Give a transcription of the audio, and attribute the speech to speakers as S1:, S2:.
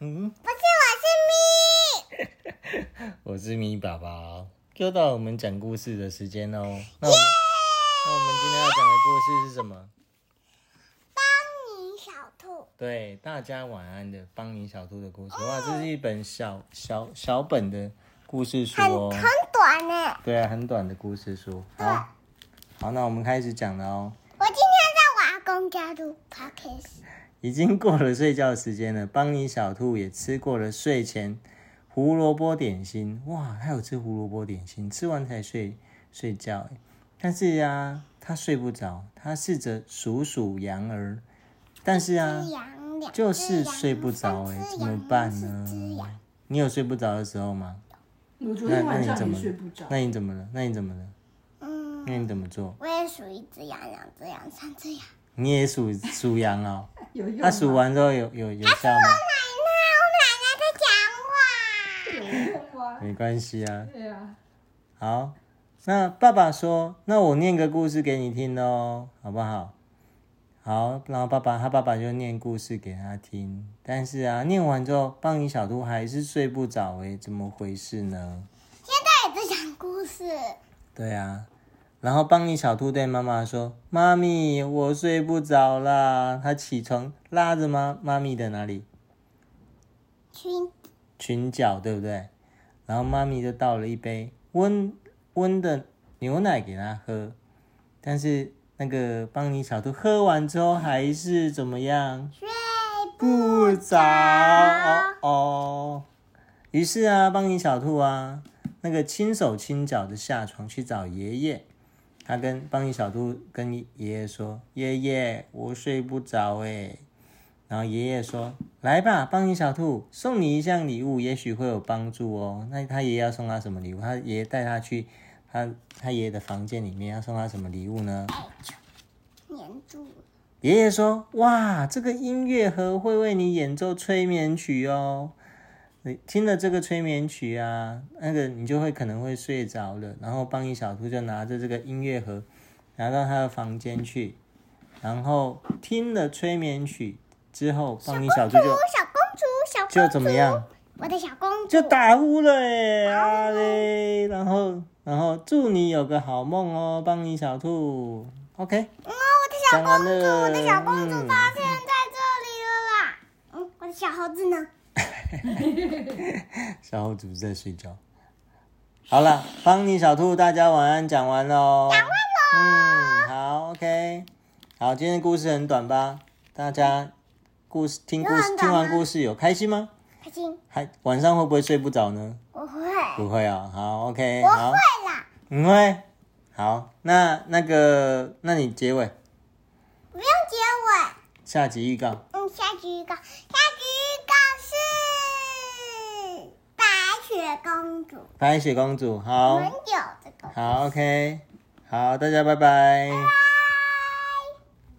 S1: 嗯，
S2: 不是，我是咪。
S1: 我是米宝宝，又到我们讲故事的时间喽。那我们那我们今天要讲的故事是什么？
S2: 帮你小兔，
S1: 对，大家晚安的邦尼小兔的故事。哇，这是一本小小小本的故事书
S2: 很
S1: 哦。
S2: 很短呢。
S1: 对啊，很短的故事书。好，好，那我们开始讲了哦。
S2: 我今天在我阿公家录 podcast，
S1: 已经过了睡觉时间了，邦尼小兔也吃过了睡前胡萝卜点心。哇，它有吃胡萝卜点心，吃完才睡睡觉欸。但是啊，它睡不着，它试着数数羊儿，但是啊，
S2: 只羊两只
S1: 就
S2: 羊
S1: 是睡不着哎、
S2: 三只
S1: 怎么
S2: 羊
S1: 办
S2: 四只
S1: 呢
S2: 羊？
S1: 你有睡不着的时候吗？
S3: 我昨
S1: 那
S3: 天
S1: 那
S3: 晚
S1: 你
S3: 上
S1: 怎
S3: 也
S1: 么
S3: 睡不着？
S1: 那你怎么了？那你怎么了？
S2: 嗯，
S1: 那你怎么做？
S2: 我也数一只羊，两只羊，三只羊。
S1: 你也数数羊啊、哦？
S3: 有用
S1: 那数
S3: 吗？
S1: 完之后有有有效吗？
S2: 奶奶，我奶奶在讲话。
S3: 有用吗？
S1: 没关系啊。
S3: 对啊，
S1: 好，那爸爸说，那我念个故事给你听喽，好不好？好，然后爸爸他爸爸就念故事给他听，但是啊，念完之后，邦尼小兔还是睡不着诶、怎么回事呢？
S2: 现在也在讲故事，
S1: 对啊，然后邦尼小兔对妈妈说：“妈咪，我睡不着啦。”他起床拉着妈妈咪的哪里
S2: 裙
S1: 裙角，对不对？然后妈咪就倒了一杯温温的牛奶给他喝，但是那个邦尼小兔喝完之后还是怎么样？
S2: 睡
S1: 不
S2: 不
S1: 着哦哦。于是啊，邦尼小兔啊，那个轻手轻脚的下床去找爷爷。他跟邦尼小兔跟爷爷说：“爷爷，我睡不着诶。”然后爷爷说：“来吧，邦尼小兔，送你一项礼物，也许会有帮助哦。”那他爷爷要送他什么礼物？他爷爷带他去他他爷爷的房间里面，要送他什么礼物呢？
S2: 粘住。
S1: 爷爷说：“哇，这个音乐盒会为你演奏催眠曲哦。你听了这个催眠曲啊，那个你就会可能会睡着了。”然后邦尼小兔就拿着这个音乐盒，拿到他的房间去，然后听了催眠曲之后，邦尼小兔
S2: 我
S1: 就
S2: 小公主，小公主，
S1: 就怎么样，
S2: 我的小公主
S1: 就打呼了哎、啊嘞！然后然后祝你有个好梦哦，邦尼小兔。OK，
S2: 哦，我的小
S1: 讲完
S2: 公主，
S1: 了。
S2: 我的小公主
S1: 嗯
S2: 发现在这里了啦。嗯，我的小猴子呢？
S1: 小猴子在睡觉。好了，帮你小兔，大家晚安，讲完喽。讲完喽。嗯，好，OK。好，今天的故事很短吧？大家故事听故
S2: 有
S1: 事
S2: 很短吗
S1: 听完故事有开心吗？
S2: 开心，
S1: 还晚上会不会睡不着呢？
S2: 我会，我
S1: 不会啊、好，OK，好，
S2: 会啦，
S1: 你会。好，那那个，那你结尾
S2: 不用结尾。
S1: 下集预告。
S2: 嗯，下集预告，下集预告是白雪公主，
S1: 白雪公主，
S2: 我们
S1: 好，
S2: 有这个。
S1: 好，OK，好，大家拜拜。